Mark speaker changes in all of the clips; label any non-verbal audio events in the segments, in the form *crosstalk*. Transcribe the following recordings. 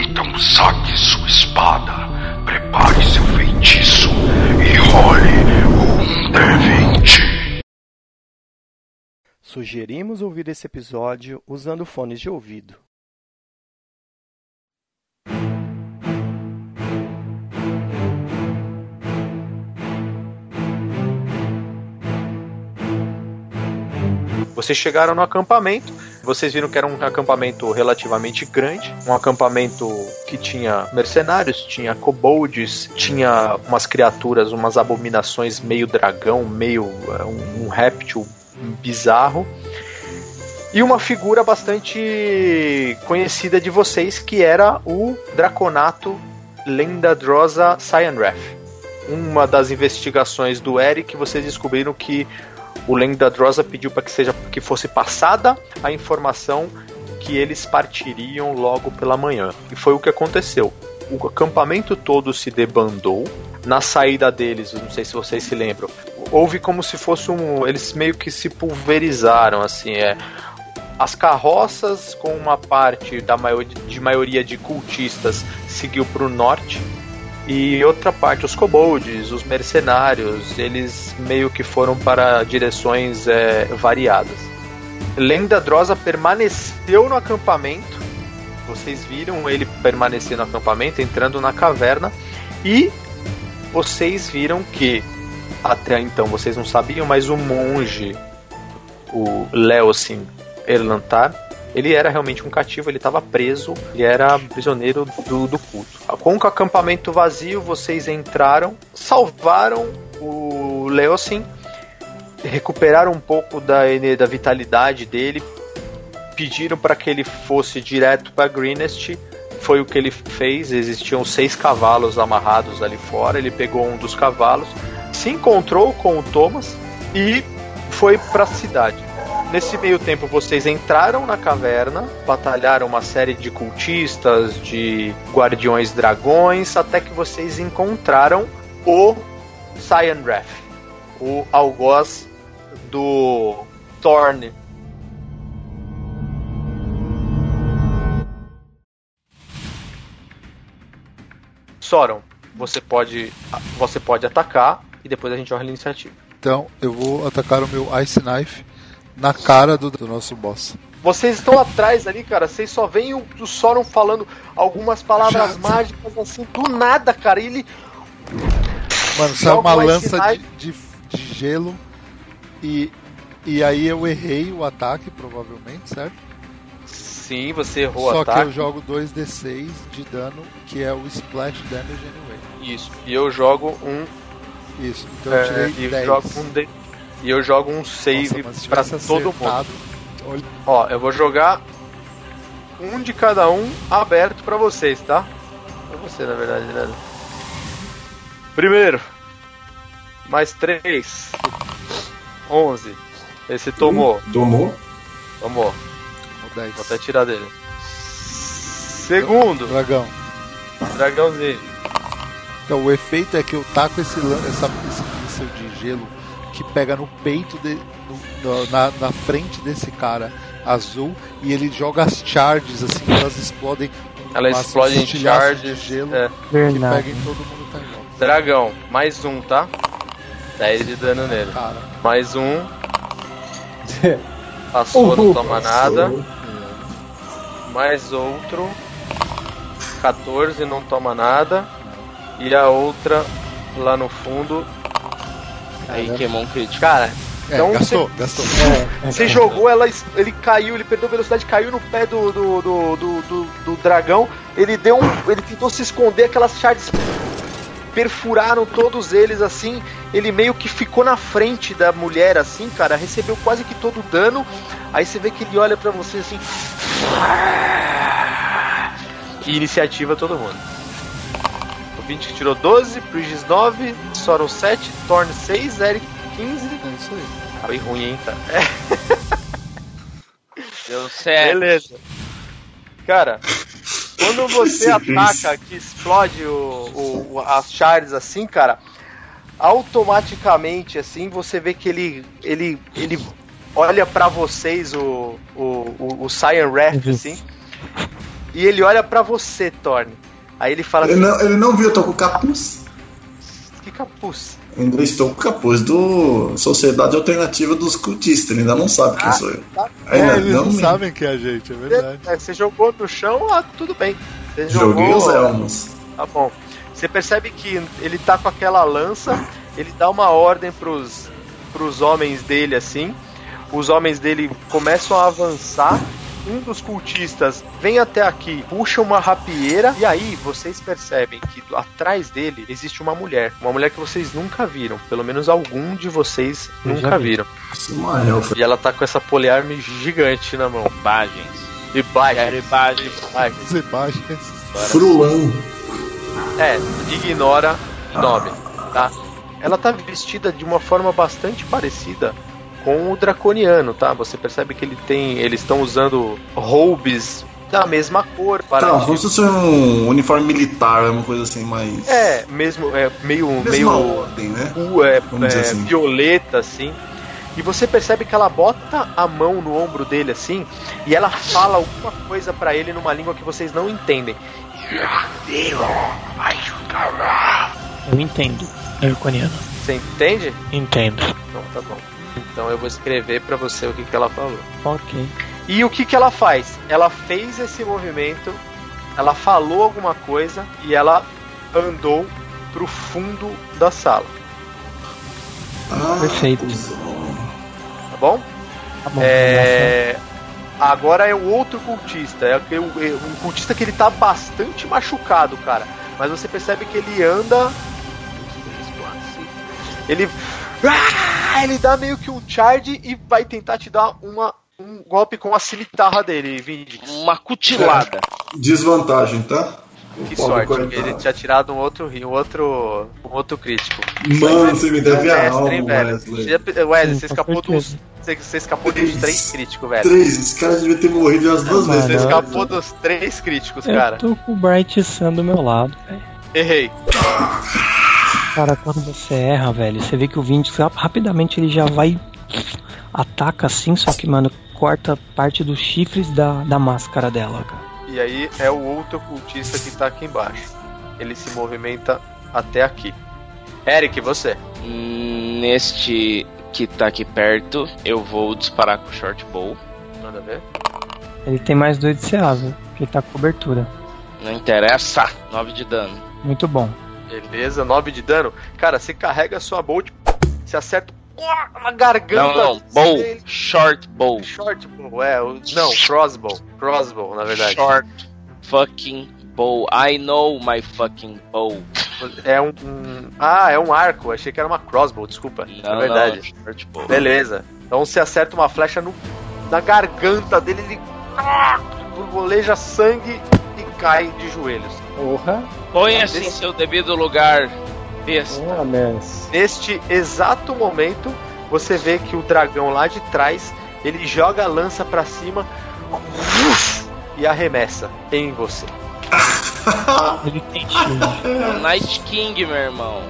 Speaker 1: Então um
Speaker 2: Sugerimos ouvir esse episódio usando fones de ouvido.
Speaker 3: Vocês chegaram no acampamento, vocês viram que era um acampamento relativamente grande, um acampamento que tinha mercenários, tinha kobolds, tinha umas criaturas, umas abominações meio dragão, meio é, um, um réptil bizarro. E uma figura bastante conhecida de vocês que era o Draconato Lendadrosa Cyanref. Uma das investigações do Eric, vocês descobriram que o Lendadrosa pediu para que seja que fosse passada a informação que eles partiriam logo pela manhã. E foi o que aconteceu. O acampamento todo se debandou. Na saída deles, não sei se vocês se lembram, houve como se fosse um. Eles meio que se pulverizaram, assim, é. As carroças, com uma parte da maior, de maioria de cultistas, seguiu para o norte. E outra parte, os kobolds, os mercenários, eles meio que foram para direções é, variadas. Lenda Drosa permaneceu no acampamento. Vocês viram ele permanecer no acampamento, entrando na caverna. E vocês viram que, até então vocês não sabiam, mas o monge, o Leosin Erlantar, ele era realmente um cativo, ele estava preso, ele era prisioneiro do, do culto. Com o acampamento vazio, vocês entraram, salvaram o Leosin, recuperaram um pouco da, ene- da vitalidade dele, pediram para que ele fosse direto para Greenest. Foi o que ele fez. Existiam seis cavalos amarrados ali fora. Ele pegou um dos cavalos, se encontrou com o Thomas e foi para a cidade. Nesse meio tempo, vocês entraram na caverna, batalharam uma série de cultistas, de guardiões dragões, até que vocês encontraram o Cyanref, o algoz do Thorn Soron, você pode, você pode atacar e depois a gente olha a iniciativa.
Speaker 4: Então eu vou atacar o meu Ice Knife na cara do, do nosso boss.
Speaker 3: Vocês estão atrás ali, cara. Vocês só veem o, o Soron falando algumas palavras
Speaker 4: Já-
Speaker 3: mágicas assim, do nada, cara. E ele.
Speaker 4: Mano, saiu
Speaker 3: Joga
Speaker 4: uma
Speaker 3: o Ice
Speaker 4: lança de,
Speaker 3: Knife.
Speaker 4: de, de gelo e, e aí eu errei o ataque, provavelmente, certo?
Speaker 3: Sim, você errou
Speaker 4: Só
Speaker 3: o
Speaker 4: que eu
Speaker 3: ataque.
Speaker 4: jogo 2d6 de dano, que é o Splash Damage Anyway.
Speaker 3: Isso. E eu jogo um.
Speaker 4: Isso, então eu
Speaker 3: é,
Speaker 4: tirei
Speaker 3: e
Speaker 4: 10.
Speaker 3: eu jogo um de- E eu jogo um save
Speaker 4: Nossa, mas se
Speaker 3: pra
Speaker 4: tivesse
Speaker 3: todo mundo.
Speaker 4: acertado, Olha,
Speaker 3: Ó, eu vou jogar um de cada um aberto pra vocês, tá? Pra você, na verdade, né? Primeiro, mais três, onze. Esse tomou,
Speaker 5: Tomou.
Speaker 3: tomou.
Speaker 4: o 10.
Speaker 3: Vou até tirar dele. Segundo,
Speaker 4: Dragão.
Speaker 3: dragãozinho.
Speaker 4: Então o efeito é que eu taco esse, lan- essa, esse míssil de gelo que pega no peito de, no- no- na, na frente desse cara azul e ele joga as charges assim, elas explodem.
Speaker 3: Ela
Speaker 4: Nossa,
Speaker 3: explode em
Speaker 4: estilhaço
Speaker 3: charges.
Speaker 4: de gelo
Speaker 3: é.
Speaker 4: que pega
Speaker 6: Verdade.
Speaker 4: em todo mundo que tá em volta.
Speaker 3: Dragão, mais um, tá? 10 de dano nele.
Speaker 4: Cara,
Speaker 3: Mais um. Passou, não toma nada. Mais outro. 14, não toma nada. E a outra lá no fundo.
Speaker 7: Aí
Speaker 4: Caramba.
Speaker 7: queimou um crítico.
Speaker 3: Cara,
Speaker 4: é,
Speaker 3: Então
Speaker 4: gastou, gastou.
Speaker 3: você jogou, ela, es- ele caiu, ele perdeu velocidade, caiu no pé do, do, do, do, do- do dragão. Ele deu um. Ele tentou se esconder, aquelas shards perfuraram todos eles assim. Ele meio que ficou na frente da mulher, assim, cara. Recebeu quase que todo o dano. Aí você vê que ele olha pra você assim. E iniciativa todo mundo. O 20 que tirou 12, Prigis 9, Sorrow 7, Thorn 6, Eric 15.
Speaker 4: É isso aí. É.
Speaker 3: Foi ruim, hein, tá? cara?
Speaker 7: Deu certo.
Speaker 3: Beleza. Cara, quando você
Speaker 5: Esse Chris.
Speaker 3: ataca que explode o, o- o- as shards assim, cara, automaticamente assim você vê que ele ele ele olha pra vocês o o, o, o Cyan Wrath, assim. E ele olha pra você, Thorne. Aí ele fala assim:
Speaker 5: Ele não, ele não viu, eu tô com capuz.
Speaker 3: "Que capuz".
Speaker 5: Ainda estou com o capuz do Sociedade Alternativa dos Cultistas. Ele ainda não sabe
Speaker 3: Ah,
Speaker 5: quem sou eu.
Speaker 4: É,
Speaker 5: Ainda
Speaker 4: eles não,
Speaker 5: me-
Speaker 4: sabem que é a gente, é verdade.
Speaker 3: É, Você jogou no chão, ah, tudo bem. Você
Speaker 5: Joguei
Speaker 3: jogou,
Speaker 5: os elmos.
Speaker 3: Tá bom. Você percebe que ele tá com aquela lança, ele dá uma ordem pros, pros homens dele assim. Os homens dele começam a avançar. Um dos cultistas vem até aqui, puxa uma rapieira, e aí vocês percebem que do- atrás dele existe uma mulher. Uma mulher que vocês nunca viram. Pelo menos algum de vocês
Speaker 6: Eu já
Speaker 3: nunca
Speaker 6: vi.
Speaker 3: viram.
Speaker 5: Isso é uma elfa.
Speaker 3: E ela tá com essa poliarme gigante na mão.
Speaker 7: Bagens.
Speaker 3: E baixa,
Speaker 7: Quero imagens.
Speaker 3: vai.
Speaker 4: As imagens.
Speaker 5: Frulan.
Speaker 3: É, ignora o nome, tá? Ela tá vestida de uma forma bastante parecida com o draconiano, tá? Você percebe que ele tem, eles estão usando roubes da mesma cor para
Speaker 5: Tá, como se fosse um uniforme militar, uma coisa assim, mais.
Speaker 3: é mesmo, é meio
Speaker 5: Mesma
Speaker 3: meio
Speaker 5: ordem, né?
Speaker 3: cu, é,
Speaker 5: Vamos dizer
Speaker 3: é,
Speaker 5: assim.
Speaker 3: violeta assim. E você percebe que ela bota a mão no ombro dele assim e ela fala alguma coisa pra ele numa língua que vocês não entendem.
Speaker 6: Eu entendo. é Draconiano.
Speaker 3: Você entende?
Speaker 6: Entendo.
Speaker 3: Então tá bom. Então eu vou escrever pra você o que, que ela falou.
Speaker 6: Ok.
Speaker 3: E o que, que ela faz? Ela fez esse movimento, ela falou alguma coisa e ela andou pro fundo da sala,
Speaker 5: Ah,
Speaker 6: Perfeito.
Speaker 5: cuzão.
Speaker 3: tá bom?
Speaker 6: Tá bom.
Speaker 3: É, Agora é o outro cultista, é aquele- é um cultista que ele tá bastante machucado, cara. Mas você percebe que ele anda. Ele. Ah, ele dá meio que um charge e vai tentar te dar uma, um golpe com a cimitarra dele, Vindy.
Speaker 7: Uma cutilada.
Speaker 5: Desvantagem, tá?
Speaker 3: Que
Speaker 5: Pobre
Speaker 3: sorte,
Speaker 5: coitado.
Speaker 3: que ele tinha tirado um outro, um outro, um outro crítico.
Speaker 5: Mano, você me deve a
Speaker 3: um Mestre,
Speaker 5: alma,
Speaker 3: hein, velho.
Speaker 5: Wesley.
Speaker 3: Você- Wesley,
Speaker 6: Sim,
Speaker 3: você
Speaker 6: com
Speaker 3: escapou dos,
Speaker 6: certeza.
Speaker 3: você, você escapou dos três críticos, velho.
Speaker 5: Três, esse cara devia ter morrido as duas
Speaker 6: Mano,
Speaker 5: vezes.
Speaker 3: Você
Speaker 6: Caralho.
Speaker 3: escapou dos três críticos, cara.
Speaker 6: Eu tô com o Bright Sun do meu lado, velho.
Speaker 3: Errei.
Speaker 6: Cara, quando você erra, velho, você vê que o Vindy rap- rapidamente ele já vai. Ataca assim, só que, mano, corta parte dos chifres da, da máscara dela, cara.
Speaker 3: E aí é o outro cultista que tá aqui embaixo. Ele se movimenta até aqui. Eric, você.
Speaker 7: Hum, Neste que tá aqui perto, eu vou disparar com o short bow.
Speaker 3: Manda ver.
Speaker 6: Ele tem mais dois de CA, velho. Porque ele tá com cobertura.
Speaker 7: Não interessa. 9 de dano.
Speaker 6: Muito bom.
Speaker 3: Beleza, 9 de dano. Cara, você carrega a sua bolt, você acerta uá, na garganta.
Speaker 7: Não, não. Bow.
Speaker 3: dele.
Speaker 7: Short bow.
Speaker 3: Short bow, é. o- Não, crossbow. Crossbow, na verdade.
Speaker 7: Short fucking bow. I know my fucking bow.
Speaker 3: É um, um- Ah, é um arco. Achei que era uma crossbow, desculpa.
Speaker 7: Não,
Speaker 3: é verdade.
Speaker 7: não, short bow.
Speaker 3: Beleza. Então você acerta uma flecha no, na garganta dele, ele ah, borboleja sangue e cai de joelhos.
Speaker 8: Porra.
Speaker 7: Ponha-se em seu devido lugar. Besta.
Speaker 8: Ah, mas.
Speaker 3: Neste exato momento, você vê que o dragão lá de trás, ele joga a lança pra cima e arremessa em você.
Speaker 6: Ele tem chifre.
Speaker 7: É o Night King, meu irmão.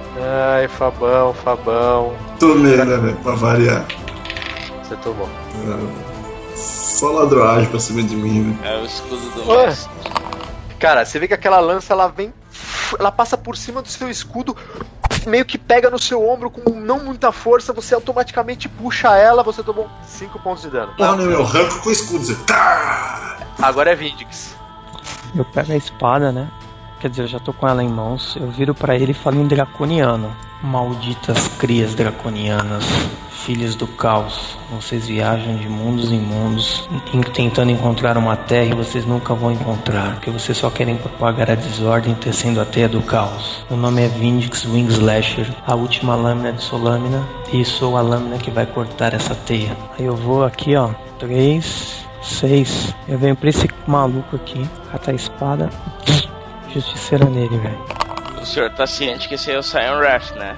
Speaker 3: Ai, Fabão, Fabão.
Speaker 5: Tomei, né, velho? Pra variar.
Speaker 3: Você tomou.
Speaker 5: Ah, Só ladroagem pra cima de mim, né? velho.
Speaker 7: É o escudo do
Speaker 3: Ué.
Speaker 7: mestre.
Speaker 3: Cara, você vê que aquela lança ela vem, ela passa por cima do seu escudo, meio que pega no seu ombro com não muita força, você automaticamente puxa ela, você tomou 5 pontos de dano.
Speaker 5: Não, né, meu? Arranco com o escudo. Você... Tá!
Speaker 3: Agora é Vindix.
Speaker 6: Eu pego a espada, né? Quer dizer, eu já tô com ela em mãos. Eu viro pra ele e falo em draconiano. Malditas crias draconianas, filhos do caos. Vocês viajam de mundos em mundos, em- tentando encontrar uma terra e vocês nunca vão encontrar, porque vocês só querem propagar a desordem, tecendo a teia do caos. Meu nome é Vindix Wingslasher, a última lâmina de sua lâmina, e sou a lâmina que vai cortar essa teia. Aí eu vou aqui, ó. Três, seis. Eu venho pra esse maluco aqui, catar a espada. Justiceira nele, velho.
Speaker 7: O senhor tá ciente que esse aí é o Sion Ref, né?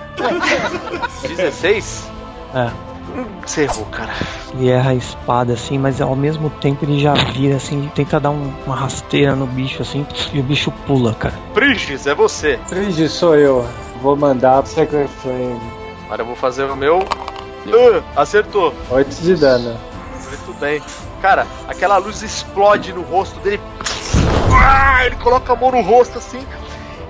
Speaker 3: 16?
Speaker 6: É.
Speaker 3: Hum, Você errou, cara.
Speaker 6: Ele erra a espada assim, mas ao mesmo tempo ele já vira assim, tenta dar um- uma rasteira no bicho assim, e o bicho pula, cara.
Speaker 3: Prigis, é você.
Speaker 8: Frigid sou eu. Vou mandar pro Sacred Flame.
Speaker 3: Agora eu vou fazer o meu. Ah, acertou.
Speaker 8: 8 de né? dano.
Speaker 3: Muito bem. Cara, aquela luz explode no rosto dele. Ah, ele coloca a mão no rosto assim.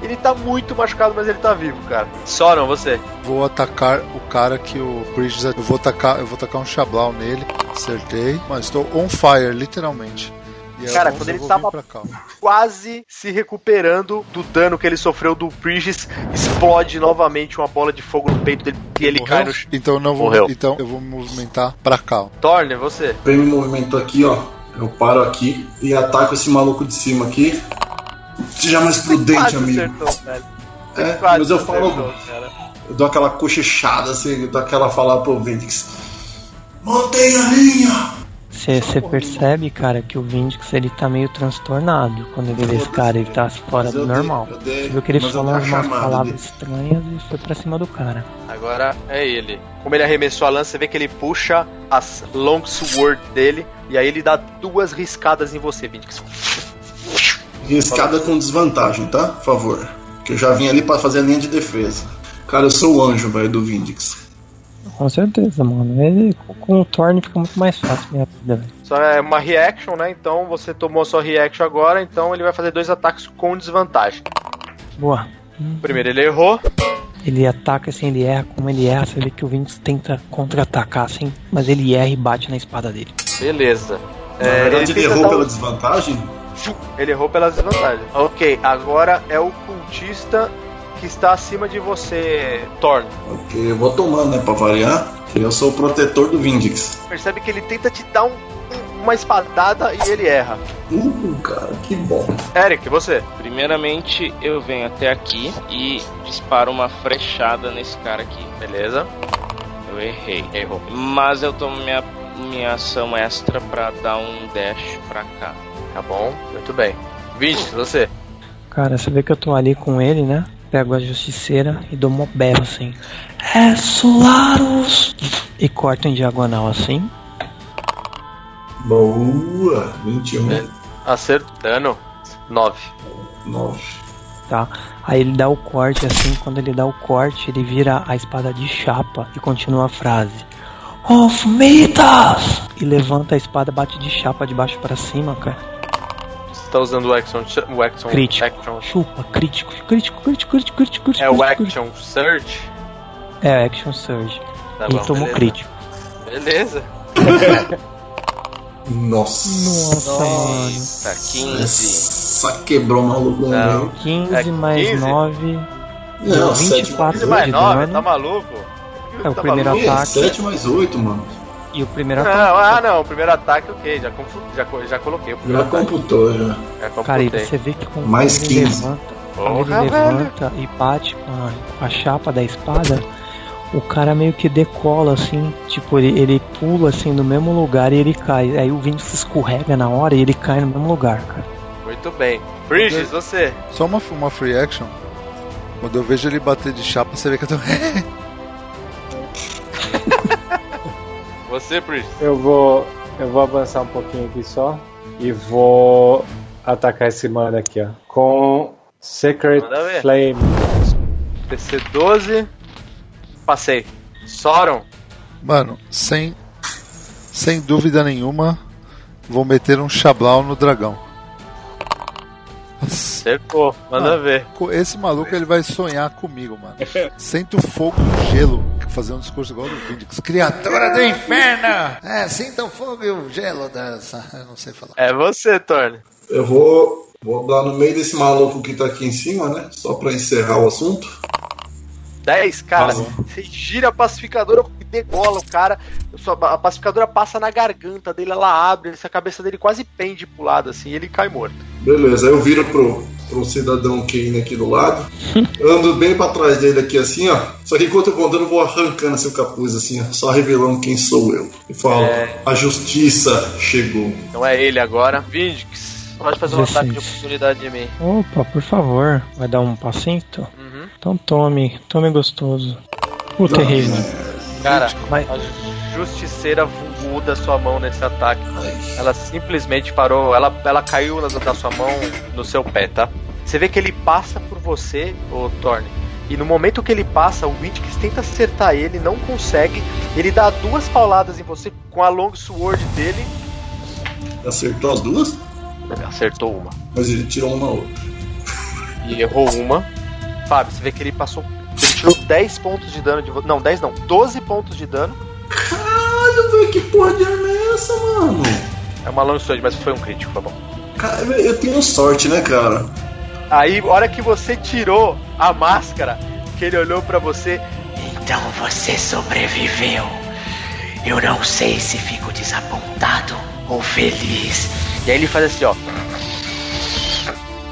Speaker 3: Ele tá muito machucado, mas ele tá vivo, cara. Só não, você.
Speaker 4: Vou atacar o cara que o Bridges. Eu vou atacar, eu vou atacar um chablau nele. Acertei. Mas estou on fire, literalmente. E é
Speaker 3: Cara,
Speaker 4: onze,
Speaker 3: quando ele
Speaker 4: eu vou
Speaker 3: tava-
Speaker 4: vir pra cá.
Speaker 3: Quase se recuperando do dano que ele sofreu do Bridges. Explode novamente uma bola de fogo no peito dele e ele
Speaker 4: Morreu?
Speaker 3: cai no chão.
Speaker 4: Então eu não vou.
Speaker 3: Morreu.
Speaker 4: Então eu vou me movimentar pra cá.
Speaker 3: Torne, você.
Speaker 5: Vem me movimento aqui, ó. Eu paro aqui e ataco esse maluco de cima aqui. Seja mais prudente,
Speaker 3: Quase
Speaker 5: amigo.
Speaker 3: acertou, velho. Você
Speaker 5: É,
Speaker 3: quase
Speaker 5: mas eu
Speaker 3: acertou,
Speaker 5: falo,
Speaker 3: cara.
Speaker 5: eu dou aquela cochichada assim, eu dou aquela falar pro Vinix. Mantenha a linha!
Speaker 6: Você percebe, cara, que o Vindix ele tá meio transtornado quando ele vê esse cara, ele tá fora
Speaker 5: Mas eu
Speaker 6: do
Speaker 5: dei-
Speaker 6: normal.
Speaker 5: eu dei-
Speaker 6: Você viu que ele
Speaker 5: mas eu
Speaker 6: falou
Speaker 5: dei a
Speaker 6: umas
Speaker 5: chamada
Speaker 6: palavras
Speaker 5: dele.
Speaker 6: estranhas e foi pra cima do cara.
Speaker 3: Agora é ele. Como ele arremessou a lança, você vê que ele puxa as long sword dele e aí ele dá duas riscadas em você, Vindix.
Speaker 5: Riscada com desvantagem, tá? Por favor. Que eu já vim ali pra fazer a linha de defesa. Cara, eu sou o anjo, velho, do Vindix.
Speaker 6: Com certeza, mano. Ele com- com o Thorne fica muito mais fácil minha vida, velho.
Speaker 3: Só é uma reaction, né? Então você tomou a sua reaction agora, então ele vai fazer dois ataques com desvantagem.
Speaker 6: Boa.
Speaker 3: Primeiro ele errou,
Speaker 6: Ele ataca assim, ele erra como ele erra, você vê que o Vindix tenta contra-atacar assim, mas ele erra e bate na espada dele.
Speaker 3: beleza.
Speaker 5: Na verdade,
Speaker 3: tenta
Speaker 5: ele errou
Speaker 3: dar um-
Speaker 5: pela desvantagem?
Speaker 3: Ele errou pelas desvantagens. Ok, agora é o cultista que está acima de você, Thorn.
Speaker 5: Ok, eu vou tomando, né, pra variar. Que eu sou o protetor do Vindix.
Speaker 3: Percebe que ele tenta te dar um- um- uma espadada e ele erra.
Speaker 5: Uh, cara, que bom.
Speaker 3: Eric, você.
Speaker 7: Primeiramente, eu venho até aqui e disparo uma frechada nesse cara aqui.
Speaker 3: Beleza.
Speaker 7: Eu errei, errou. Mas eu tomo minha, minha ação extra pra dar um dash pra cá.
Speaker 3: Tá bom, muito bem. Vinicius, você.
Speaker 6: Cara, você vê que eu tô ali com ele, né? Pego a justiceira e dou uma bela assim. É Solaros! E corto em diagonal assim.
Speaker 5: Boa! 21,
Speaker 3: Acertando. 9.
Speaker 5: 9.
Speaker 6: tá? Aí ele dá o corte assim, quando ele dá o corte, ele vira a espada de chapa e continua a frase. Of Mitas! E levanta a espada, bate de chapa de baixo pra cima, cara.
Speaker 3: Você tá usando o action. O action.
Speaker 6: Crítico.
Speaker 3: action-
Speaker 6: Chupa, crítico, crítico, crítico, crítico, crítico, crítico.
Speaker 3: É o
Speaker 6: crítico.
Speaker 3: action surge.
Speaker 6: É, action surge.
Speaker 3: Tá
Speaker 6: e tomou
Speaker 3: beleza.
Speaker 6: crítico.
Speaker 3: Beleza.
Speaker 5: Nossa.
Speaker 6: Nossa, mano.
Speaker 7: Tá, 15.
Speaker 5: Essa quebrou o maluco no
Speaker 3: Não.
Speaker 5: meio.
Speaker 6: 15
Speaker 3: É
Speaker 6: mais
Speaker 3: 15?
Speaker 6: 9.
Speaker 5: Não, 7
Speaker 6: 24.
Speaker 5: mais
Speaker 3: Você
Speaker 5: 8.
Speaker 3: mais
Speaker 6: de
Speaker 3: 9,
Speaker 6: dano.
Speaker 3: tá maluco?
Speaker 6: né?
Speaker 3: Tá
Speaker 6: É o primeiro
Speaker 3: maluco?
Speaker 6: ataque.
Speaker 5: 7 mais 8, mano.
Speaker 6: E o primeiro
Speaker 3: Não, ah não, o primeiro ataque ok, já, confu- já, co- já coloquei o primeiro
Speaker 5: Já
Speaker 3: ataque.
Speaker 5: computou, já.
Speaker 3: Já
Speaker 6: é Cara, e
Speaker 3: computei.
Speaker 6: você vê que com
Speaker 5: Mais
Speaker 6: quando ele
Speaker 5: 15.
Speaker 6: levanta, quando ele
Speaker 3: Porra, velho.
Speaker 6: levanta e bate com a, com a chapa da espada, o cara meio que decola assim, tipo, ele, ele pula assim no mesmo lugar e ele cai. Aí o Vinicius se escorrega na hora e ele cai no mesmo lugar, cara.
Speaker 3: Muito bem. Bridges, você.
Speaker 4: Só uma, uma free action. Quando eu vejo ele bater de chapa, você vê que eu tô. *laughs*
Speaker 3: Você, Bridges.
Speaker 8: Eu vou, eu vou avançar um pouquinho aqui só e vou atacar esse mano aqui, ó. Com Secret
Speaker 3: Manda ver.
Speaker 8: Flame.
Speaker 3: DC12. Passei. Soron.
Speaker 4: Mano, sem. Sem dúvida nenhuma, vou meter um chablau no dragão. Nossa,
Speaker 3: Acertou. Manda
Speaker 4: Ah.
Speaker 3: ver.
Speaker 4: co- Esse maluco ele vai sonhar comigo, mano. Sente o fogo e o gelo. Fazer um discurso igual do Vindix. Criatura do inferno! É, sinta o fogo e o gelo dessa. Eu não sei falar.
Speaker 3: É você, Torne.
Speaker 5: Eu vou, vou dar no meio desse maluco que tá aqui em cima, né? Só pra encerrar o assunto.
Speaker 3: 10, cara.
Speaker 5: Vazou.
Speaker 3: Você gira a pacificadora e degola o cara. Sua- A pacificadora passa na garganta dele, ela abre, a cabeça dele quase pende pro lado assim, e ele cai morto.
Speaker 5: Beleza, eu viro pro, pro cidadão Kane aqui do lado. Ando bem pra trás dele aqui assim, ó. Só que enquanto eu vou andando, eu vou arrancando seu capuz assim, ó. Só revelando quem sou eu. E falo,
Speaker 3: É.
Speaker 5: a justiça chegou.
Speaker 3: Então é ele agora. Vindix. Pode fazer um
Speaker 6: 16.
Speaker 3: ataque de oportunidade de mim.
Speaker 6: Opa, por favor, vai dar um passinho?
Speaker 3: Uhum.
Speaker 6: Então tome, tome gostoso. Puta, errei, mano.
Speaker 3: Cara,
Speaker 6: Vai.
Speaker 3: a justiceira voou da sua mão nesse ataque.
Speaker 5: Ai.
Speaker 3: Ela simplesmente parou, ela, ela caiu na, da sua mão, no seu pé, tá? Você vê que ele passa por você, ô Thorne. E no momento que ele passa, o Windkins tenta acertar ele, não consegue. Ele dá duas pauladas em você com a long sword dele.
Speaker 5: Acertou as duas,
Speaker 3: Acertou uma.
Speaker 5: mas ele tirou uma outra.
Speaker 3: E errou uma. Fábio, você vê que ele passou. Ele tirou 10 pontos de dano de você. Não, 10 não, 12 pontos de dano.
Speaker 5: Caralho, velho, que porra de arma é essa, mano?
Speaker 3: É uma long sword, mas foi um crítico, tá bom.
Speaker 5: Cara, eu tenho sorte, né, cara?
Speaker 3: Aí, a hora que você tirou a máscara, que ele olhou pra você. Então você sobreviveu. Eu não sei se fico desapontado ou feliz. E aí ele faz assim, ó.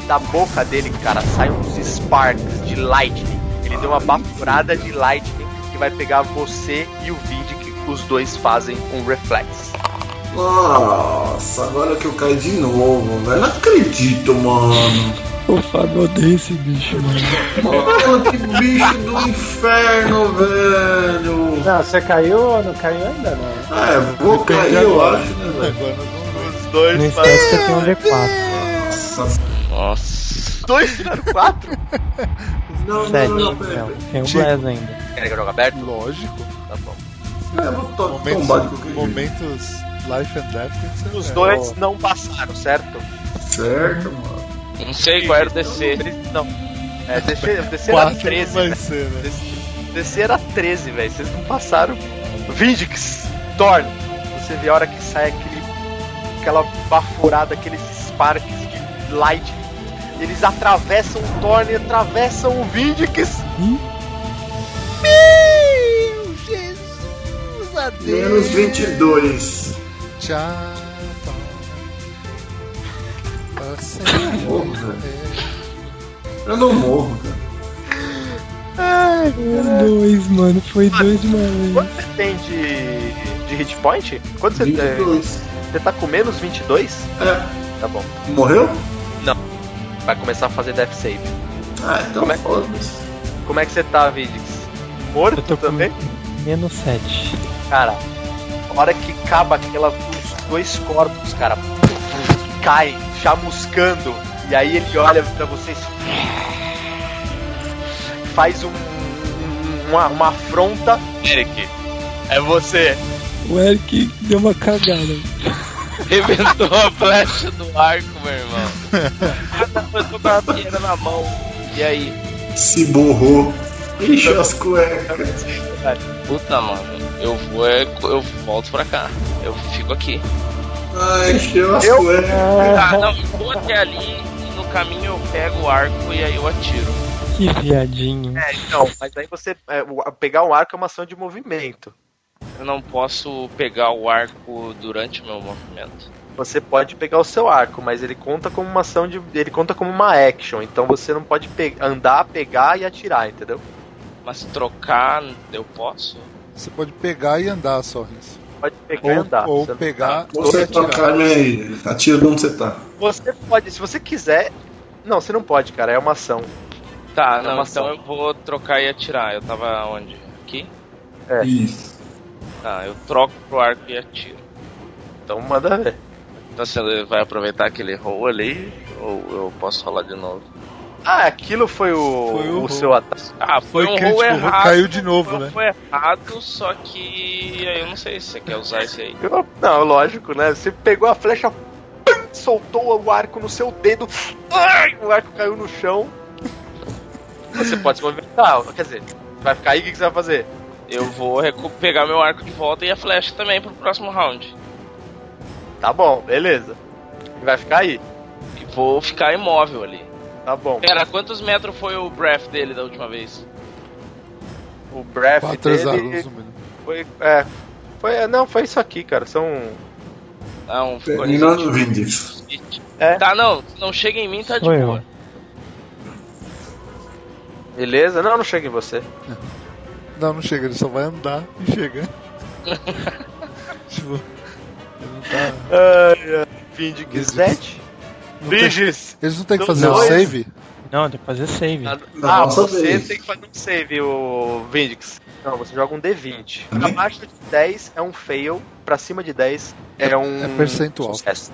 Speaker 3: Da boca dele, cara, saem uns sparks de lightning. Ele deu uma bafurada de lightning que vai pegar você e o Vid, que os dois fazem um reflex.
Speaker 5: Nossa, agora que eu caí de novo, velho. Não acredito, mano.
Speaker 6: O Fábio odeia esse bicho, mano.
Speaker 5: Mano, que bicho do inferno, velho.
Speaker 8: Não, você caiu ou não caiu ainda, né? não?
Speaker 5: É, vou cair, eu acho, né, velho?
Speaker 4: Agora não vou.
Speaker 3: Os dois
Speaker 6: No instante você tem um D4.
Speaker 5: Nossa.
Speaker 7: Nossa.
Speaker 3: Dois tiraram quatro?
Speaker 5: Não, não,
Speaker 6: Sério,
Speaker 5: não,
Speaker 6: não,
Speaker 5: peraí.
Speaker 6: tem o Bless ainda.
Speaker 3: Quer jogo aberto?
Speaker 4: Lógico.
Speaker 3: Tá bom.
Speaker 5: É, eu vou to-
Speaker 4: Momentos,
Speaker 5: tombar de qualquer jeito.
Speaker 4: momentos life and death tem que ser. né?
Speaker 3: Os
Speaker 4: velho.
Speaker 3: dois não passaram, certo?
Speaker 5: Certo, mano.
Speaker 7: Não sei
Speaker 3: Tipo,
Speaker 7: qual era o DC.
Speaker 3: Não. É, DC, DC era
Speaker 4: Quatro
Speaker 3: 13,
Speaker 4: não vai
Speaker 3: velho.
Speaker 4: ser, né?
Speaker 3: DC era 13, velho. Vocês não passaram. Vindix, Thorn. Você vê a hora que sai aquele, aquela bafurada, aqueles sparks de light. Eles atravessam o Thorn e atravessam o Vindix.
Speaker 4: Meu Jesus,
Speaker 5: Menos
Speaker 4: adeus.
Speaker 5: 22.
Speaker 4: Tchau. Você
Speaker 5: Porra. Eu não morro, cara.
Speaker 6: Um, Dois, mano. Foi dois de uma vez.
Speaker 3: Quanto você tem de, de hit point? Quanto você tem?
Speaker 5: 22.
Speaker 3: Você tá com menos 22?
Speaker 5: É.
Speaker 3: Tá bom.
Speaker 5: Morreu?
Speaker 3: Vai começar a fazer death save.
Speaker 5: Ah, então
Speaker 3: Como é?
Speaker 5: foda-se.
Speaker 3: Como é que você tá, Vindix? Morto
Speaker 6: Eu tô com-
Speaker 3: também?
Speaker 6: Menos 7.
Speaker 3: Cara, a hora que acaba aquela, os dois corpos, cara, caem, chamuscando, e aí ele olha pra vocês, faz um, uma, uma afronta. Eric, é você.
Speaker 6: O Eric deu uma cagada.
Speaker 7: Reventou a flecha do arco, meu irmão. Eu tô com a pinheira na mão. E aí?
Speaker 5: Se borrou. Encheu as cuecas.
Speaker 7: Puta, mano. Eu vou, é- eu volto pra cá. Eu fico aqui.
Speaker 5: Ah, encheu as
Speaker 3: Eu-
Speaker 5: cuecas.
Speaker 7: Tá, não, eu vou até ali e no caminho eu pego o arco e aí eu atiro.
Speaker 6: Que viadinho.
Speaker 3: É, então, mas aí você. é, o- pegar um arco é uma ação de movimento.
Speaker 7: Eu não posso pegar o arco durante o meu movimento.
Speaker 3: Você pode pegar o seu arco, mas ele conta como uma ação de. Ele conta como uma action. Então você não pode pe- andar, pegar e atirar, entendeu?
Speaker 7: Mas trocar eu posso?
Speaker 4: É, Você pode pegar e andar só isso.
Speaker 3: Pode pegar
Speaker 4: Ou,
Speaker 3: e andar.
Speaker 4: ou
Speaker 3: Você não-
Speaker 4: pegar
Speaker 5: Você
Speaker 4: e
Speaker 5: tá
Speaker 4: atirar.
Speaker 5: carne aí. Atira de onde você tá.
Speaker 3: Você pode, se você quiser. Não, você não pode, cara, é uma ação.
Speaker 7: Tá,
Speaker 3: É
Speaker 7: não,
Speaker 3: uma
Speaker 7: então
Speaker 3: ação.
Speaker 7: eu vou trocar e atirar. Eu tava onde? Aqui?
Speaker 3: É.
Speaker 5: Isso.
Speaker 7: Tá, eu troco pro arco e atiro.
Speaker 3: Então manda ver.
Speaker 7: Então se ele vai aproveitar que ele errou ali, ou eu posso rolar de novo?
Speaker 3: Ah, aquilo foi o,
Speaker 4: Foi o-
Speaker 3: o seu ataque.
Speaker 7: Ah, foi, um
Speaker 4: crítico,
Speaker 7: roll errado.
Speaker 4: tipo, caiu de novo,
Speaker 7: Foi-
Speaker 4: né?
Speaker 7: Foi errado, só que eu não sei se você quer usar esse aí.
Speaker 3: Não, lógico, né? Você pegou a flecha, pum, soltou o arco no seu dedo, ai, o arco caiu no chão. Você pode se movimentar, quer dizer, vai ficar aí, o que que você vai fazer?
Speaker 7: Eu vou recu- pegar meu arco de volta e a flecha também pro próximo round.
Speaker 3: Tá bom, beleza. Vai ficar aí,
Speaker 7: E vou ficar imóvel ali.
Speaker 3: tá bom.
Speaker 7: Pera, quantos metros foi o breath dele da última vez?
Speaker 3: O breath
Speaker 4: Quatro
Speaker 3: dele
Speaker 4: um exalunos no mínimo.
Speaker 3: foi, é, foi, não, foi isso aqui, cara, são
Speaker 7: Não, ficou
Speaker 5: Terminando o Vindiz.
Speaker 3: É.
Speaker 7: um Tá, não, se não chega em mim, tá de
Speaker 6: Sou eu.
Speaker 7: boa.
Speaker 3: Beleza? Não, não chega em você.
Speaker 4: Não, não chega, ele só vai andar e
Speaker 3: *laughs*
Speaker 4: chega. tipo, ele não tá-
Speaker 3: Fim de 17. Briges!
Speaker 4: eles não têm que
Speaker 3: Não,
Speaker 4: fazer o
Speaker 3: dois.
Speaker 4: save?
Speaker 6: Não, tem que fazer save.
Speaker 3: Ah,
Speaker 5: nossa
Speaker 3: você
Speaker 5: vez.
Speaker 3: tem que fazer um save, o Vindix. Não, você joga um D20.
Speaker 5: Uhum.
Speaker 3: Abaixo de 10 é um fail, pra cima de 10 é um.
Speaker 5: Hum,
Speaker 4: é percentual.
Speaker 3: Sucesso.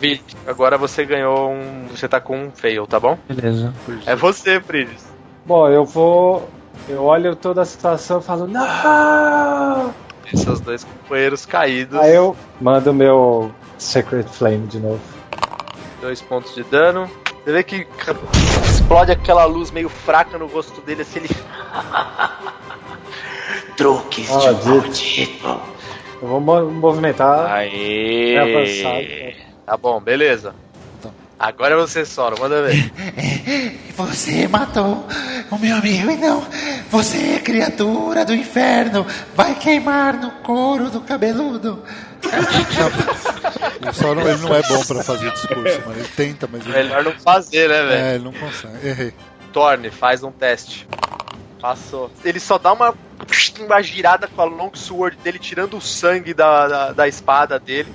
Speaker 7: Vinte.
Speaker 3: Agora você ganhou um. Você tá com um fail, tá bom?
Speaker 6: Beleza.
Speaker 3: É você, Briges.
Speaker 8: Bom, eu vou. Eu olho toda a situação e falo, não!
Speaker 3: E Seus dois companheiros caídos.
Speaker 8: Aí eu mando meu Secret Flame de novo.
Speaker 3: Dois pontos de dano. Você vê que ca-
Speaker 7: explode aquela luz meio fraca no rosto dele, assim ele. Truques
Speaker 8: Maldito.
Speaker 3: Tipo,
Speaker 7: de maldito.
Speaker 8: Eu vou mo- movimentar.
Speaker 7: Aê!
Speaker 8: É avançado.
Speaker 3: Tá bom, beleza. Agora você, Sora, manda ver. *laughs*
Speaker 4: Você matou o meu amigo e não. Você é criatura do inferno. Vai queimar no couro do cabeludo. *laughs* o Sauron ele não é bom pra fazer discurso, mano. Ele tenta, mas ele,
Speaker 3: Melhor não fazer, né, velho?
Speaker 4: é, ele não consegue. Errei.
Speaker 3: Torne, faz um teste. Passou. Ele só dá uma, uma girada com a long sword dele, tirando o sangue da, da, da espada *laughs* dele.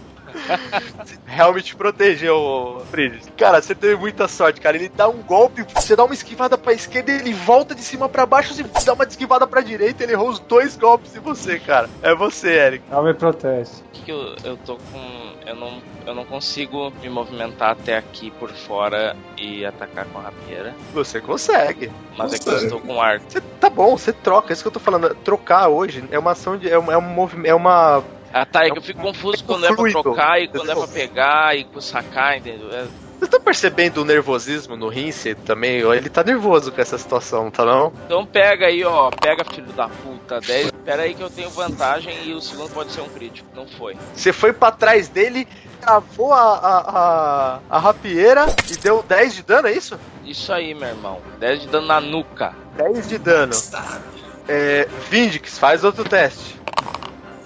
Speaker 3: Realmente protegeu, Fred. Cara, você teve muita sorte, cara. Ele dá um golpe, você dá uma esquivada pra esquerda, ele volta de cima pra baixo, você dá uma esquivada pra direita, ele errou os dois golpes em você, cara. É você, Eric.
Speaker 8: Não me proteste.
Speaker 7: que que eu, eu tô com. Eu não, eu não consigo me movimentar até aqui por fora e atacar com a rapieira.
Speaker 3: Você consegue.
Speaker 7: Mas é que eu
Speaker 5: Consegue.
Speaker 7: estou com arco.
Speaker 3: Você tá bom, você troca. É isso que eu tô falando. Trocar hoje é uma ação de. É um, é um movimento. É uma.
Speaker 7: Ah tá, é que eu fico confuso quando é pra
Speaker 3: um fluido.
Speaker 7: trocar e quando é pra pegar e pra sacar, entendeu? É,
Speaker 3: Vocês estão percebendo o nervosismo no Rince também? Ó, Ele tá nervoso com essa situação, não tá não?
Speaker 7: Então pega aí, ó. Pega, filho da puta. 10. Pera aí que eu tenho vantagem e o segundo pode ser um crítico. Não foi.
Speaker 3: Você foi pra trás dele, travou a, a, a, a rapieira e deu 10 de dano, é isso?
Speaker 7: Isso aí, meu irmão. 10 de dano na nuca.
Speaker 3: 10 de dano. É, Vindix, faz outro teste.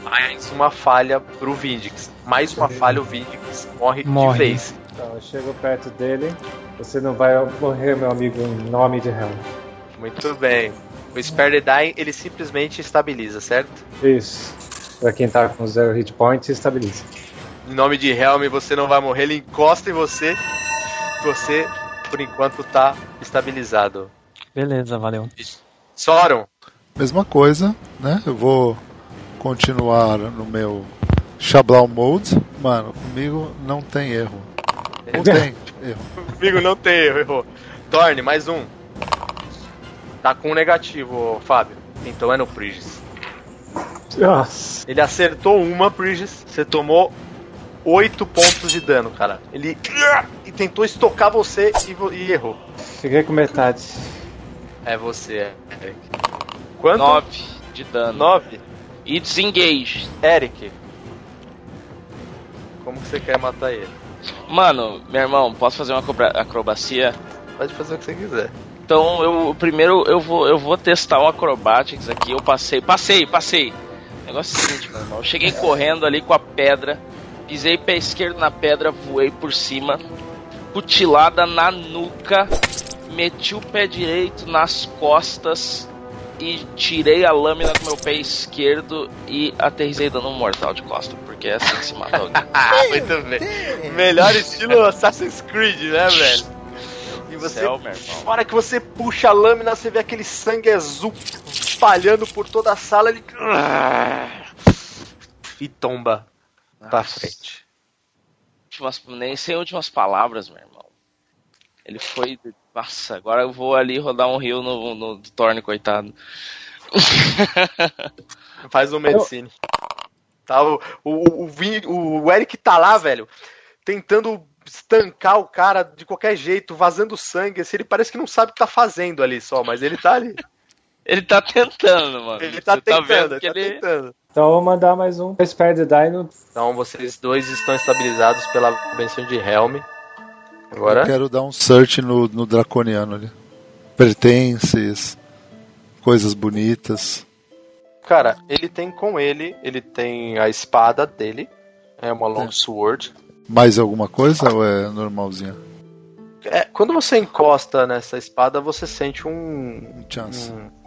Speaker 3: Mais uma falha pro Vindix. Mais uma falha, o Vindix morre,
Speaker 6: Morre.
Speaker 3: de vez.
Speaker 8: Então, eu chego perto dele. Você não vai morrer, meu amigo, em nome de Helm.
Speaker 3: Muito bem. O Spare the Dying, ele simplesmente estabiliza, certo?
Speaker 8: Isso. Pra quem tá com zero hit points, estabiliza.
Speaker 3: Em nome de Helm, você não vai morrer, ele encosta em você. Você, por enquanto, tá estabilizado.
Speaker 6: Beleza, valeu.
Speaker 3: Soron,
Speaker 4: Mesma coisa, né? Eu vou continuar no meu Xablau Mode. Mano, comigo não tem erro. Não tem erro.
Speaker 3: comigo não tem erro, errou. Torne, mais um. Tá com um negativo, Fábio. Então é no Prigis.
Speaker 8: Nossa.
Speaker 3: Ele acertou uma, Prigis. Você tomou 8 pontos de dano, cara. Ele e tentou estocar você e, vo- e errou.
Speaker 8: Fiquei com metade.
Speaker 3: É você, Eric. Quanto?
Speaker 7: 9 de dano.
Speaker 3: Nove?
Speaker 7: E desengage.
Speaker 3: Eric. Como que você quer matar ele?
Speaker 7: Mano, meu irmão, posso fazer uma acobra- acrobacia?
Speaker 3: Pode fazer o que você quiser.
Speaker 7: Então eu primeiro eu vou eu vou testar o acrobatics aqui. Eu passei, passei, passei. O negócio é o seguinte, meu irmão. Eu cheguei correndo ali com a pedra, pisei pé esquerdo na pedra, voei por cima, putilada na nuca, meti o pé direito nas costas e tirei a lâmina do meu pé esquerdo e aterrisei dando um mortal de costa, porque é assim que se mata alguém.
Speaker 3: Ah, muito bem. Melhor estilo Assassin's Creed, né, *laughs* velho? E você,
Speaker 7: Céu, meu irmão.
Speaker 3: na hora que você puxa a lâmina, você vê aquele sangue azul espalhando por toda a sala, ele. E tomba pra
Speaker 7: Nossa.
Speaker 3: frente.
Speaker 7: últimas, nem sem últimas palavras, meu irmão. Ele foi. Nossa, agora eu vou ali rodar um rio no, no, no Thorne, coitado.
Speaker 3: Faz um medicine. Tá, o, o, o, Vin- o Eric tá lá, velho, tentando estancar o cara de qualquer jeito, vazando sangue. Assim, ele parece que não sabe o que tá fazendo ali só, mas ele tá ali.
Speaker 7: Ele tá tentando, mano.
Speaker 3: Ele tá
Speaker 7: Você
Speaker 3: tentando,
Speaker 7: vendo que
Speaker 3: ele tá
Speaker 7: ele-
Speaker 3: tentando.
Speaker 8: Então eu vou mandar mais um. Spare the Dino.
Speaker 3: Então vocês dois estão estabilizados pela benção de Helm.
Speaker 4: Eu
Speaker 3: Agora,
Speaker 4: quero dar um search no, no draconiano ali. Pertences, coisas bonitas.
Speaker 3: cara, ele tem com ele, ele tem a espada dele, é uma long sword.
Speaker 4: Mais alguma coisa ou é normalzinha?
Speaker 3: É, quando você encosta nessa espada, você sente um,
Speaker 7: Hum.
Speaker 4: Chance.
Speaker 3: um-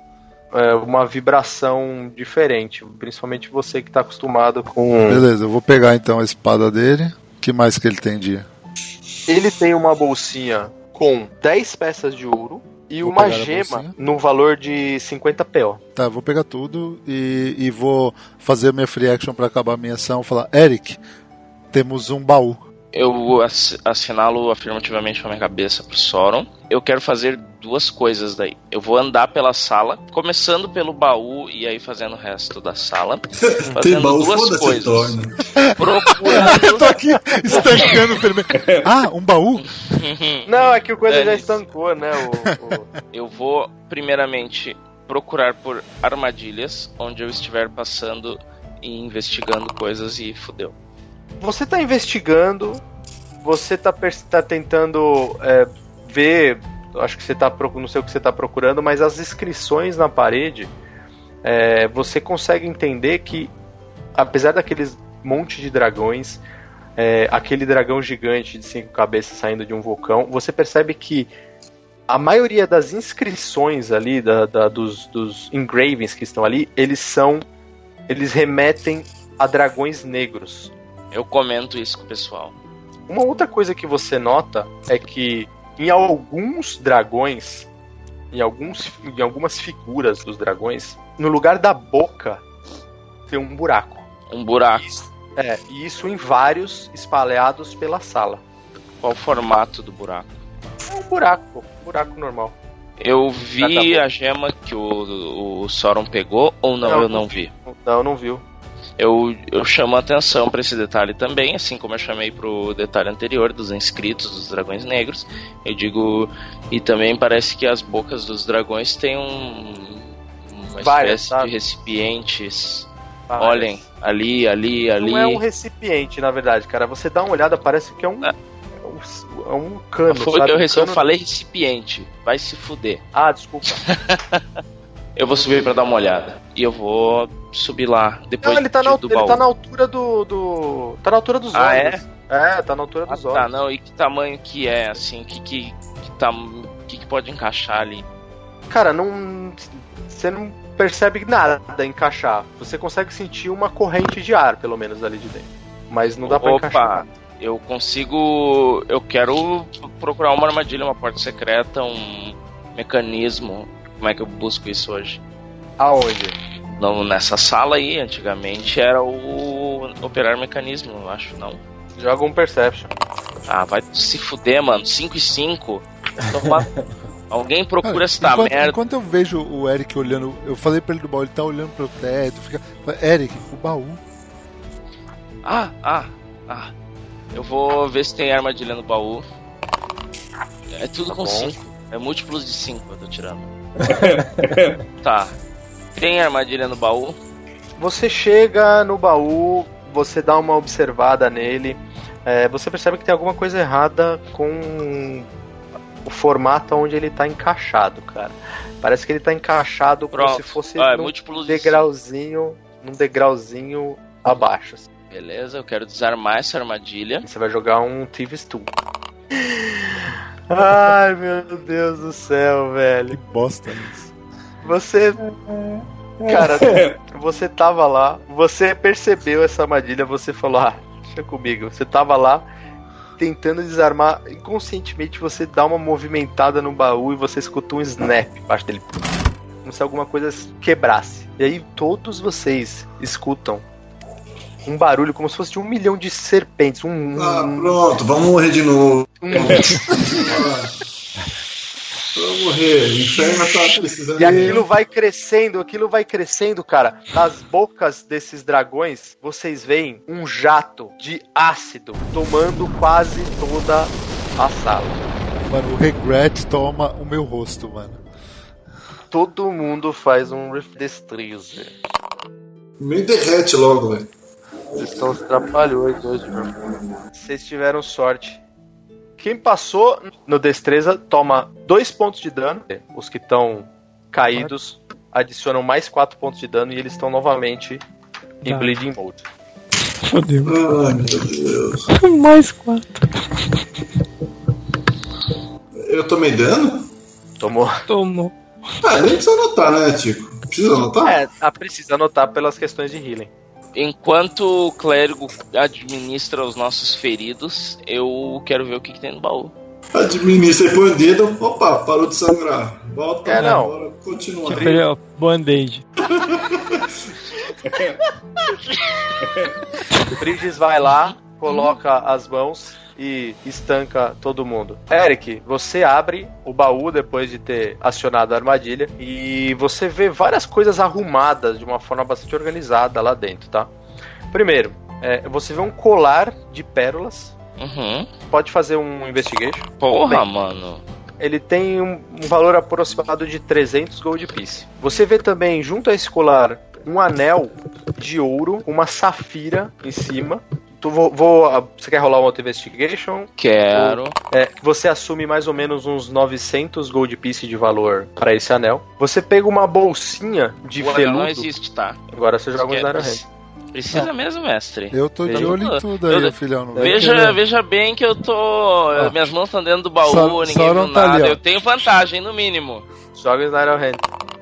Speaker 3: é, uma vibração diferente, principalmente você que tá acostumado com.
Speaker 4: Beleza, eu vou pegar então a espada dele. O que mais que ele tem de.
Speaker 3: Ele tem uma bolsinha com 10 peças de ouro e
Speaker 4: Vou
Speaker 3: uma
Speaker 4: pegar a
Speaker 3: gema
Speaker 4: bolsinha.
Speaker 3: no valor de 50 PO.
Speaker 4: Tá, eu vou pegar tudo e, e vou fazer minha free action pra acabar a minha ação. Falar, Eric, temos um baú.
Speaker 7: Eu ass- assinalo afirmativamente com a minha cabeça pro Sauron. Eu quero fazer duas coisas daí. Eu vou andar pela sala, começando pelo baú e aí fazendo o resto da
Speaker 5: *laughs*
Speaker 7: sala.
Speaker 5: Tem
Speaker 7: Fazendo
Speaker 5: baú,
Speaker 7: duas
Speaker 5: foda-se,
Speaker 7: coisas.
Speaker 5: torna.
Speaker 3: *laughs*
Speaker 4: Eu tô
Speaker 7: Procurando. *laughs*
Speaker 4: aqui estancando o vermelho. Ah, um baú?
Speaker 3: Não, é que o coisa
Speaker 7: É
Speaker 3: já
Speaker 7: isso.
Speaker 3: estancou, né? *laughs* O,
Speaker 7: Eu vou, primeiramente, procurar por armadilhas onde eu estiver passando e investigando coisas e fudeu.
Speaker 3: o- Você tá investigando, você tá, pers- tá tentando é, ver, eu acho que você tá procurando, não sei o que você tá procurando, mas as inscrições na parede, é, você consegue entender que, apesar daqueles monte de dragões, é, aquele dragão gigante de cinco cabeças saindo de um vulcão, você percebe que a maioria das inscrições ali, da- da- dos, dos engravings que estão ali, eles são. Eles remetem a dragões negros.
Speaker 7: Eu comento isso com o pessoal.
Speaker 3: Uma outra coisa que você nota é que em alguns dragões, em, alguns, em algumas figuras dos dragões, no lugar da boca tem um buraco.
Speaker 7: Um buraco.
Speaker 3: É, e isso em vários espalhados pela sala.
Speaker 7: Qual o formato do buraco?
Speaker 3: É um buraco, um buraco normal.
Speaker 7: Eu
Speaker 3: Cada
Speaker 7: vi
Speaker 3: boca.
Speaker 7: a gema que o, o Sauron pegou ou não,
Speaker 3: Não,
Speaker 7: eu não
Speaker 3: não
Speaker 7: vi.
Speaker 3: Não, não viu.
Speaker 7: Eu, eu chamo a atenção pra esse detalhe também, assim como eu chamei pro detalhe anterior dos inscritos dos dragões negros. Eu digo. E também parece que as bocas dos dragões têm um. Uma
Speaker 3: Várias,
Speaker 7: espécie
Speaker 3: sabe?
Speaker 7: de recipientes.
Speaker 3: Várias.
Speaker 7: Olhem, ali, ali, ali.
Speaker 3: Não é um recipiente, na verdade, cara. Você dá uma olhada, parece que é um.
Speaker 7: É.
Speaker 3: É um, é um cano.
Speaker 7: Foi o
Speaker 3: sabe?
Speaker 7: que eu
Speaker 3: Um
Speaker 7: rece- eu
Speaker 3: cano-
Speaker 7: falei recipiente. Vai se fuder.
Speaker 3: Ah, desculpa.
Speaker 7: Eu vou subir pra dar uma olhada. E eu vou subir lá. Depois
Speaker 3: Não, ele tá, na,
Speaker 7: do
Speaker 3: altura-
Speaker 7: baú.
Speaker 3: ele tá na altura do, do. Tá na altura dos
Speaker 7: Ah,
Speaker 3: olhos. É? tá na altura
Speaker 7: Ah,
Speaker 3: dos
Speaker 7: tá,
Speaker 3: olhos.
Speaker 7: não, e que tamanho que é, assim, que que, que, tam, que, que pode encaixar ali?
Speaker 3: Cara, não. Você não percebe nada encaixar. Você consegue sentir uma corrente de ar, pelo menos, ali de dentro. Mas não dá pra
Speaker 7: Opa.
Speaker 3: encaixar.
Speaker 7: Eu consigo. Eu quero procurar uma armadilha, uma porta secreta, um mecanismo. Como é que eu busco isso hoje?
Speaker 3: Aonde?
Speaker 7: Não, nessa sala aí, antigamente era o operar mecanismo, eu acho, não.
Speaker 3: Joga um Perception.
Speaker 7: Ah, vai se fuder, mano. 5 e 5.
Speaker 3: *laughs*
Speaker 7: Toma- Alguém procura
Speaker 4: Cara,
Speaker 7: essa
Speaker 4: enquanto,
Speaker 7: merda.
Speaker 4: enquanto eu vejo o Eric olhando, eu falei pra ele do baú, ele tá olhando pro teto, fica. fala, Eric, o baú.
Speaker 7: Ah, ah, ah. Eu vou ver se tem armadilha no baú. É tudo
Speaker 3: Tá
Speaker 7: com 5. É múltiplos de 5 eu tô tirando. tá. Tem armadilha no baú?
Speaker 3: Você chega no baú, você dá uma observada nele. é, você percebe que tem alguma coisa errada com o formato onde ele tá encaixado, cara. Parece que ele tá encaixado como
Speaker 7: Pronto.
Speaker 3: se fosse
Speaker 7: Ah, é
Speaker 3: num
Speaker 7: múltiplos de 5.
Speaker 3: degrauzinho, num degrauzinho abaixo. assim.
Speaker 7: Beleza, eu quero desarmar essa armadilha.
Speaker 3: Você vai jogar um Thieves Tool. Ai, meu Deus do céu,
Speaker 4: Que
Speaker 3: velho.
Speaker 4: bosta isso.
Speaker 3: Você. Cara, você tava lá, você percebeu essa armadilha, você falou: ah, deixa comigo. Você tava lá tentando desarmar, inconscientemente você dá uma movimentada no baú e você escuta um snap embaixo dele. Como se alguma coisa se quebrasse. E aí todos vocês escutam um barulho como se fosse de um milhão de serpentes. Um.
Speaker 5: Ah,
Speaker 3: um-
Speaker 5: pronto, vamos morrer de novo.
Speaker 3: um-
Speaker 5: Ah. Vamos morrer. O inferno tá precisando.
Speaker 3: E aquilo vai crescendo, aquilo vai crescendo, cara. Nas bocas desses dragões, vocês veem um jato de ácido tomando quase toda a sala.
Speaker 4: Mano, o regret toma o meu rosto, mano.
Speaker 3: Todo mundo faz um riff destreza.
Speaker 5: Me derrete logo, velho.
Speaker 3: Vocês estão atrapalhando hoje, meu irmão. Vocês tiveram sorte. Quem passou no destreza toma dois pontos de dano. Os que estão caídos adicionam mais quatro pontos de dano e eles estão novamente em
Speaker 6: Tá.
Speaker 3: bleeding mode.
Speaker 6: Fodeu.
Speaker 5: Ai, meu Deus.
Speaker 6: Mais quatro.
Speaker 5: Eu tomei dano?
Speaker 3: Tomou
Speaker 6: Tomou.
Speaker 5: Ah, nem precisa anotar, né, Tico? Precisa anotar?
Speaker 3: É, ah, precisa anotar pelas questões de healing.
Speaker 7: Enquanto o clérigo administra os nossos feridos, eu quero ver o que, que tem no baú.
Speaker 5: Administra e põe o dedo, opa, parou de sangrar. Volta,
Speaker 3: É, não.
Speaker 5: bora continuar.
Speaker 6: Tipo, ele, ó, band-aid.
Speaker 3: Briges vai lá, coloca as mãos e estanca todo mundo. Eric, você abre o baú depois de ter acionado a armadilha e você vê várias coisas arrumadas de uma forma bastante organizada lá dentro, tá? Primeiro, é, você vê um colar de pérolas.
Speaker 7: Uhum.
Speaker 3: Pode fazer um investigation.
Speaker 7: Porra,
Speaker 3: Bem,
Speaker 7: mano.
Speaker 3: ele tem um, um valor aproximado de 300 gold piece. Você vê também, junto a esse colar, um anel de ouro, uma safira em cima. Tu, vou, vou- ah, você quer rolar um outro investigation?
Speaker 7: Quero.
Speaker 3: É, você assume mais ou menos uns 900 gold piece de valor para esse anel. Você pega uma bolsinha de
Speaker 7: o anel
Speaker 3: veludo.
Speaker 7: não existe, tá?
Speaker 3: Agora você joga uns
Speaker 7: Esquece.
Speaker 3: Naira Hand.
Speaker 7: Precisa mesmo, mestre.
Speaker 4: Eu tô de
Speaker 3: Veja-
Speaker 4: olho em tudo aí,
Speaker 7: Eu-
Speaker 4: filhão. Não vai
Speaker 7: Veja,
Speaker 4: querer.
Speaker 7: veja bem que eu tô.
Speaker 4: Ah.
Speaker 7: Minhas mãos estão dentro do baú,
Speaker 4: Só-
Speaker 7: ninguém
Speaker 4: só
Speaker 7: viu
Speaker 4: não tá
Speaker 7: nada.
Speaker 4: ali, ó.
Speaker 7: eu tenho vantagem, no mínimo.
Speaker 3: Joga Snyder Hand.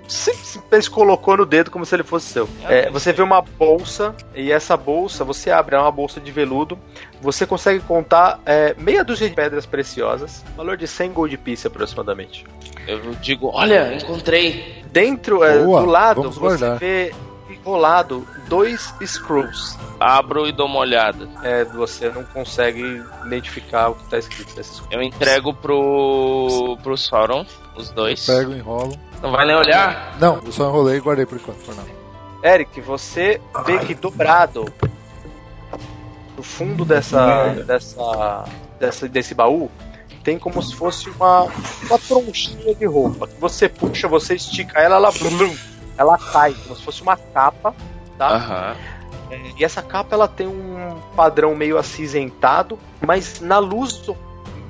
Speaker 3: Simplesmente colocou no dedo como se ele fosse seu. É, você vê uma bolsa, e essa bolsa você abre, é uma bolsa de veludo. Você consegue contar é, meia dúzia de pedras preciosas, valor de 100 gold piece aproximadamente.
Speaker 7: Eu digo, olha, encontrei.
Speaker 3: Dentro, é,
Speaker 4: Boa,
Speaker 3: do lado,
Speaker 4: vamos
Speaker 3: você
Speaker 4: guardar.
Speaker 3: vê enrolado dois screws.
Speaker 7: Abro e dou uma olhada.
Speaker 3: É, você não consegue identificar o que está escrito nesses screws.
Speaker 7: Eu entrego pro. pro Sauron, os dois.
Speaker 4: Pego, enrolo.
Speaker 7: Não vai nem olhar?
Speaker 4: Não, só enrolei e guardei por enquanto. Por não.
Speaker 3: Eric, você vê que dobrado no fundo dessa, dessa, dessa- desse baú tem como se fosse uma, uma tronchinha de roupa. Que Você puxa, você estica ela, ela, blum, ela cai, como se fosse uma capa. Tá?
Speaker 7: Aham.
Speaker 3: E essa capa ela tem um padrão meio acinzentado, mas na luz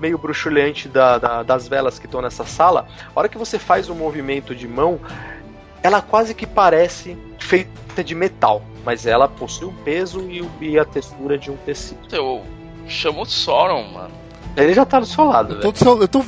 Speaker 3: meio bruxuleante da- da- das velas que estão nessa sala, a hora que você faz um movimento de mão, ela quase que parece feita de metal, mas ela possui um peso e, o- e a textura de um tecido.
Speaker 7: Eu chamo o Sauron, mano.
Speaker 3: Ele já tá do seu lado, velho.
Speaker 4: Eu tô, do seu- eu, tô,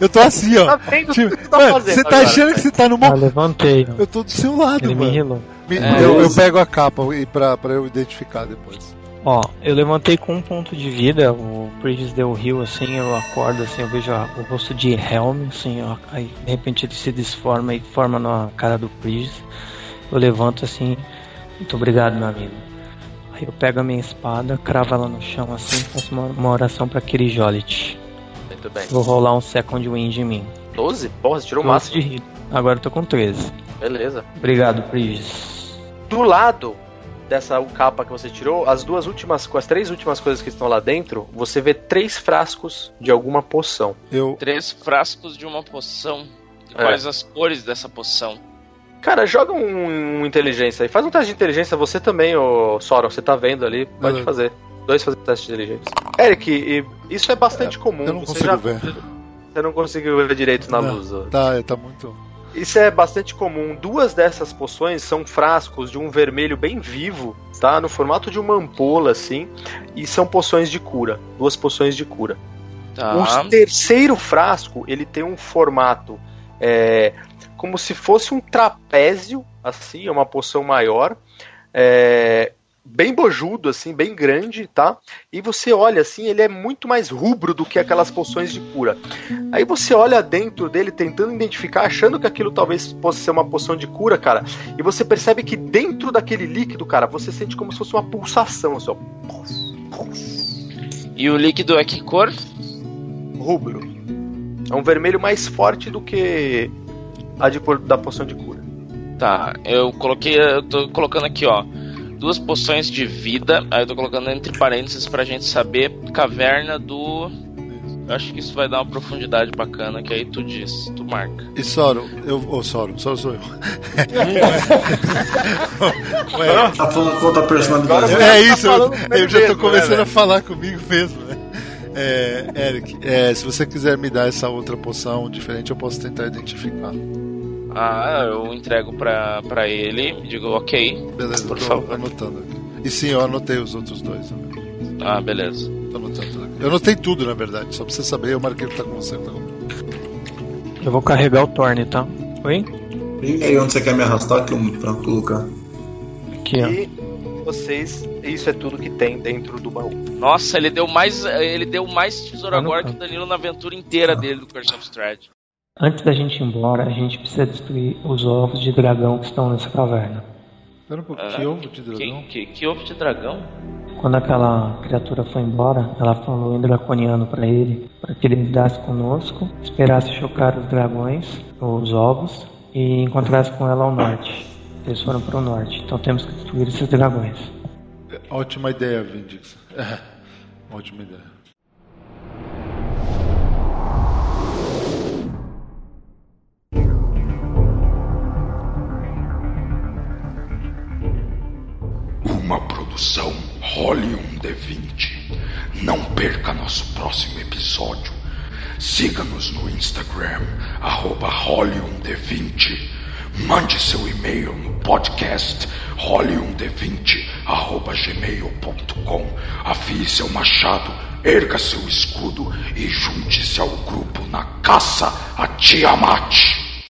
Speaker 4: eu tô assim,
Speaker 3: Tá
Speaker 4: ó.
Speaker 3: vendo
Speaker 4: Tipo,
Speaker 3: o que tu tá
Speaker 4: mano,
Speaker 3: fazendo
Speaker 4: você tá
Speaker 3: agora,
Speaker 4: achando que
Speaker 3: velho?
Speaker 4: você tá numa.
Speaker 6: Ah, levantei. ó.
Speaker 4: Eu tô do seu lado,
Speaker 6: Ele me
Speaker 4: mano.
Speaker 6: rilou.
Speaker 4: Me-
Speaker 7: É,
Speaker 4: eu, eu
Speaker 5: isso.
Speaker 4: pego a capa e pra, pra eu identificar depois.
Speaker 6: Ó, eu levantei com um ponto de vida, o Bridges deu o rio assim, eu acordo assim, eu vejo a- o rosto de Helm, assim, ó, aí de repente ele se desforma e forma na cara do Bridges. Eu levanto assim, muito obrigado, meu amigo. Aí eu pego a minha espada, cravo ela no chão assim, faço uma, uma oração pra Kirijolite.
Speaker 3: Muito bem.
Speaker 6: Vou rolar um second wind em mim.
Speaker 3: 12? Porra, você tirou o
Speaker 6: Gosto
Speaker 3: máximo.
Speaker 6: de rir. Agora eu tô com 13.
Speaker 3: Beleza.
Speaker 6: Obrigado, Bridges.
Speaker 3: Do lado dessa capa que você tirou, as duas últimas, co- as três últimas coisas que estão lá dentro, você vê três frascos de alguma poção.
Speaker 4: Eu.
Speaker 7: Três frascos de uma poção. E
Speaker 3: É.
Speaker 7: Quais as cores dessa poção?
Speaker 3: Cara, joga um, um inteligência aí. Faz um teste de inteligência você também, ô Soron. Você tá vendo ali, pode
Speaker 4: Beleza.
Speaker 3: fazer. Dois fazer teste de inteligência. Eric, e- isso é bastante comum.
Speaker 4: eu não
Speaker 3: você
Speaker 4: consigo
Speaker 3: já-
Speaker 4: ver.
Speaker 3: Você não conseguiu ver direito na
Speaker 4: Não.
Speaker 3: luz. ó.
Speaker 4: Tá, é, tá muito.
Speaker 3: Isso é bastante comum. Duas dessas poções são frascos de um vermelho bem vivo, tá? No formato de uma ampola, assim. E são poções de cura. Duas poções de cura.
Speaker 7: Tá.
Speaker 3: O Um terceiro frasco, ele tem um formato é, como se fosse um trapézio, assim, é uma poção maior, é, bem bojudo, assim, bem grande, tá? E você olha, assim, ele é muito mais rubro do que aquelas poções de cura. Aí você olha dentro dele, tentando identificar, achando que aquilo talvez possa ser uma poção de cura, cara, e você percebe que dentro daquele líquido, cara, você sente como se fosse uma pulsação, assim, ó.
Speaker 7: E o líquido é que cor?
Speaker 3: rubro. É um vermelho mais forte do que a de, por- da poção de cura.
Speaker 7: Tá, eu coloquei, eu tô colocando aqui, ó, duas poções de vida, aí eu tô colocando entre parênteses pra gente saber, caverna do... Eu acho que isso vai dar uma profundidade bacana, que aí tu diz, tu marca.
Speaker 4: E Soro, eu. Ô, Soro,
Speaker 3: *laughs*
Speaker 4: Soro sou eu. *laughs* Ué,
Speaker 5: Tá falando contra a personalidade.
Speaker 4: é, isso, eu,
Speaker 3: tá falando com
Speaker 4: eu
Speaker 3: ele
Speaker 4: já tô
Speaker 3: mesmo, né,
Speaker 4: começando
Speaker 3: velho?
Speaker 4: a falar comigo mesmo, né? É, Eric, é, se você quiser me dar essa outra poção diferente, eu posso tentar identificar.
Speaker 7: Ah, eu entrego pra, pra ele, digo, ok.
Speaker 4: Beleza,
Speaker 7: Por
Speaker 4: tô
Speaker 7: favor.
Speaker 4: anotando aqui. E sim, eu anotei os outros dois também.
Speaker 7: Ah, beleza.
Speaker 4: Tô anotando tudo aqui. Eu anotei tudo, na verdade, só pra você saber, eu marquei o que tá com você. o que Tá com...
Speaker 6: Eu vou carregar o Thorne, tá? Oi?
Speaker 5: Liga aí onde você quer me arrastar que eu, pra colocar.
Speaker 6: Aqui, ó.
Speaker 3: E vocês, isso é tudo que tem dentro do baú.
Speaker 7: Nossa, ele deu mais, ele deu mais tesouro
Speaker 6: Ah, não
Speaker 7: agora
Speaker 6: tá.
Speaker 7: que o Danilo na aventura inteira dele do Curse of Strahd.
Speaker 6: Antes da gente ir embora, a gente precisa destruir os ovos de dragão que estão nessa caverna.
Speaker 4: Pera um pouco,
Speaker 7: Ah,
Speaker 4: que ovo de dragão?
Speaker 7: Que, que, que ovo de dragão?
Speaker 6: Quando aquela criatura foi embora, ela falou em draconiano para ele, para que ele lidasse conosco, esperasse chocar os dragões, os ovos, e encontrasse com ela ao norte. Eles foram para o norte, então temos que destruir esses dragões.
Speaker 4: Ótima ideia, Vindix. *laughs* Ótima ideia.
Speaker 1: Uma produção Holium D20. Não perca nosso próximo episódio. Siga-nos no Instagram, arroba Holium D20. Mande seu e-mail no podcast holiumd20 arroba gmail.com. Afie seu machado, erga seu escudo e junte-se ao grupo na caça a Tiamat.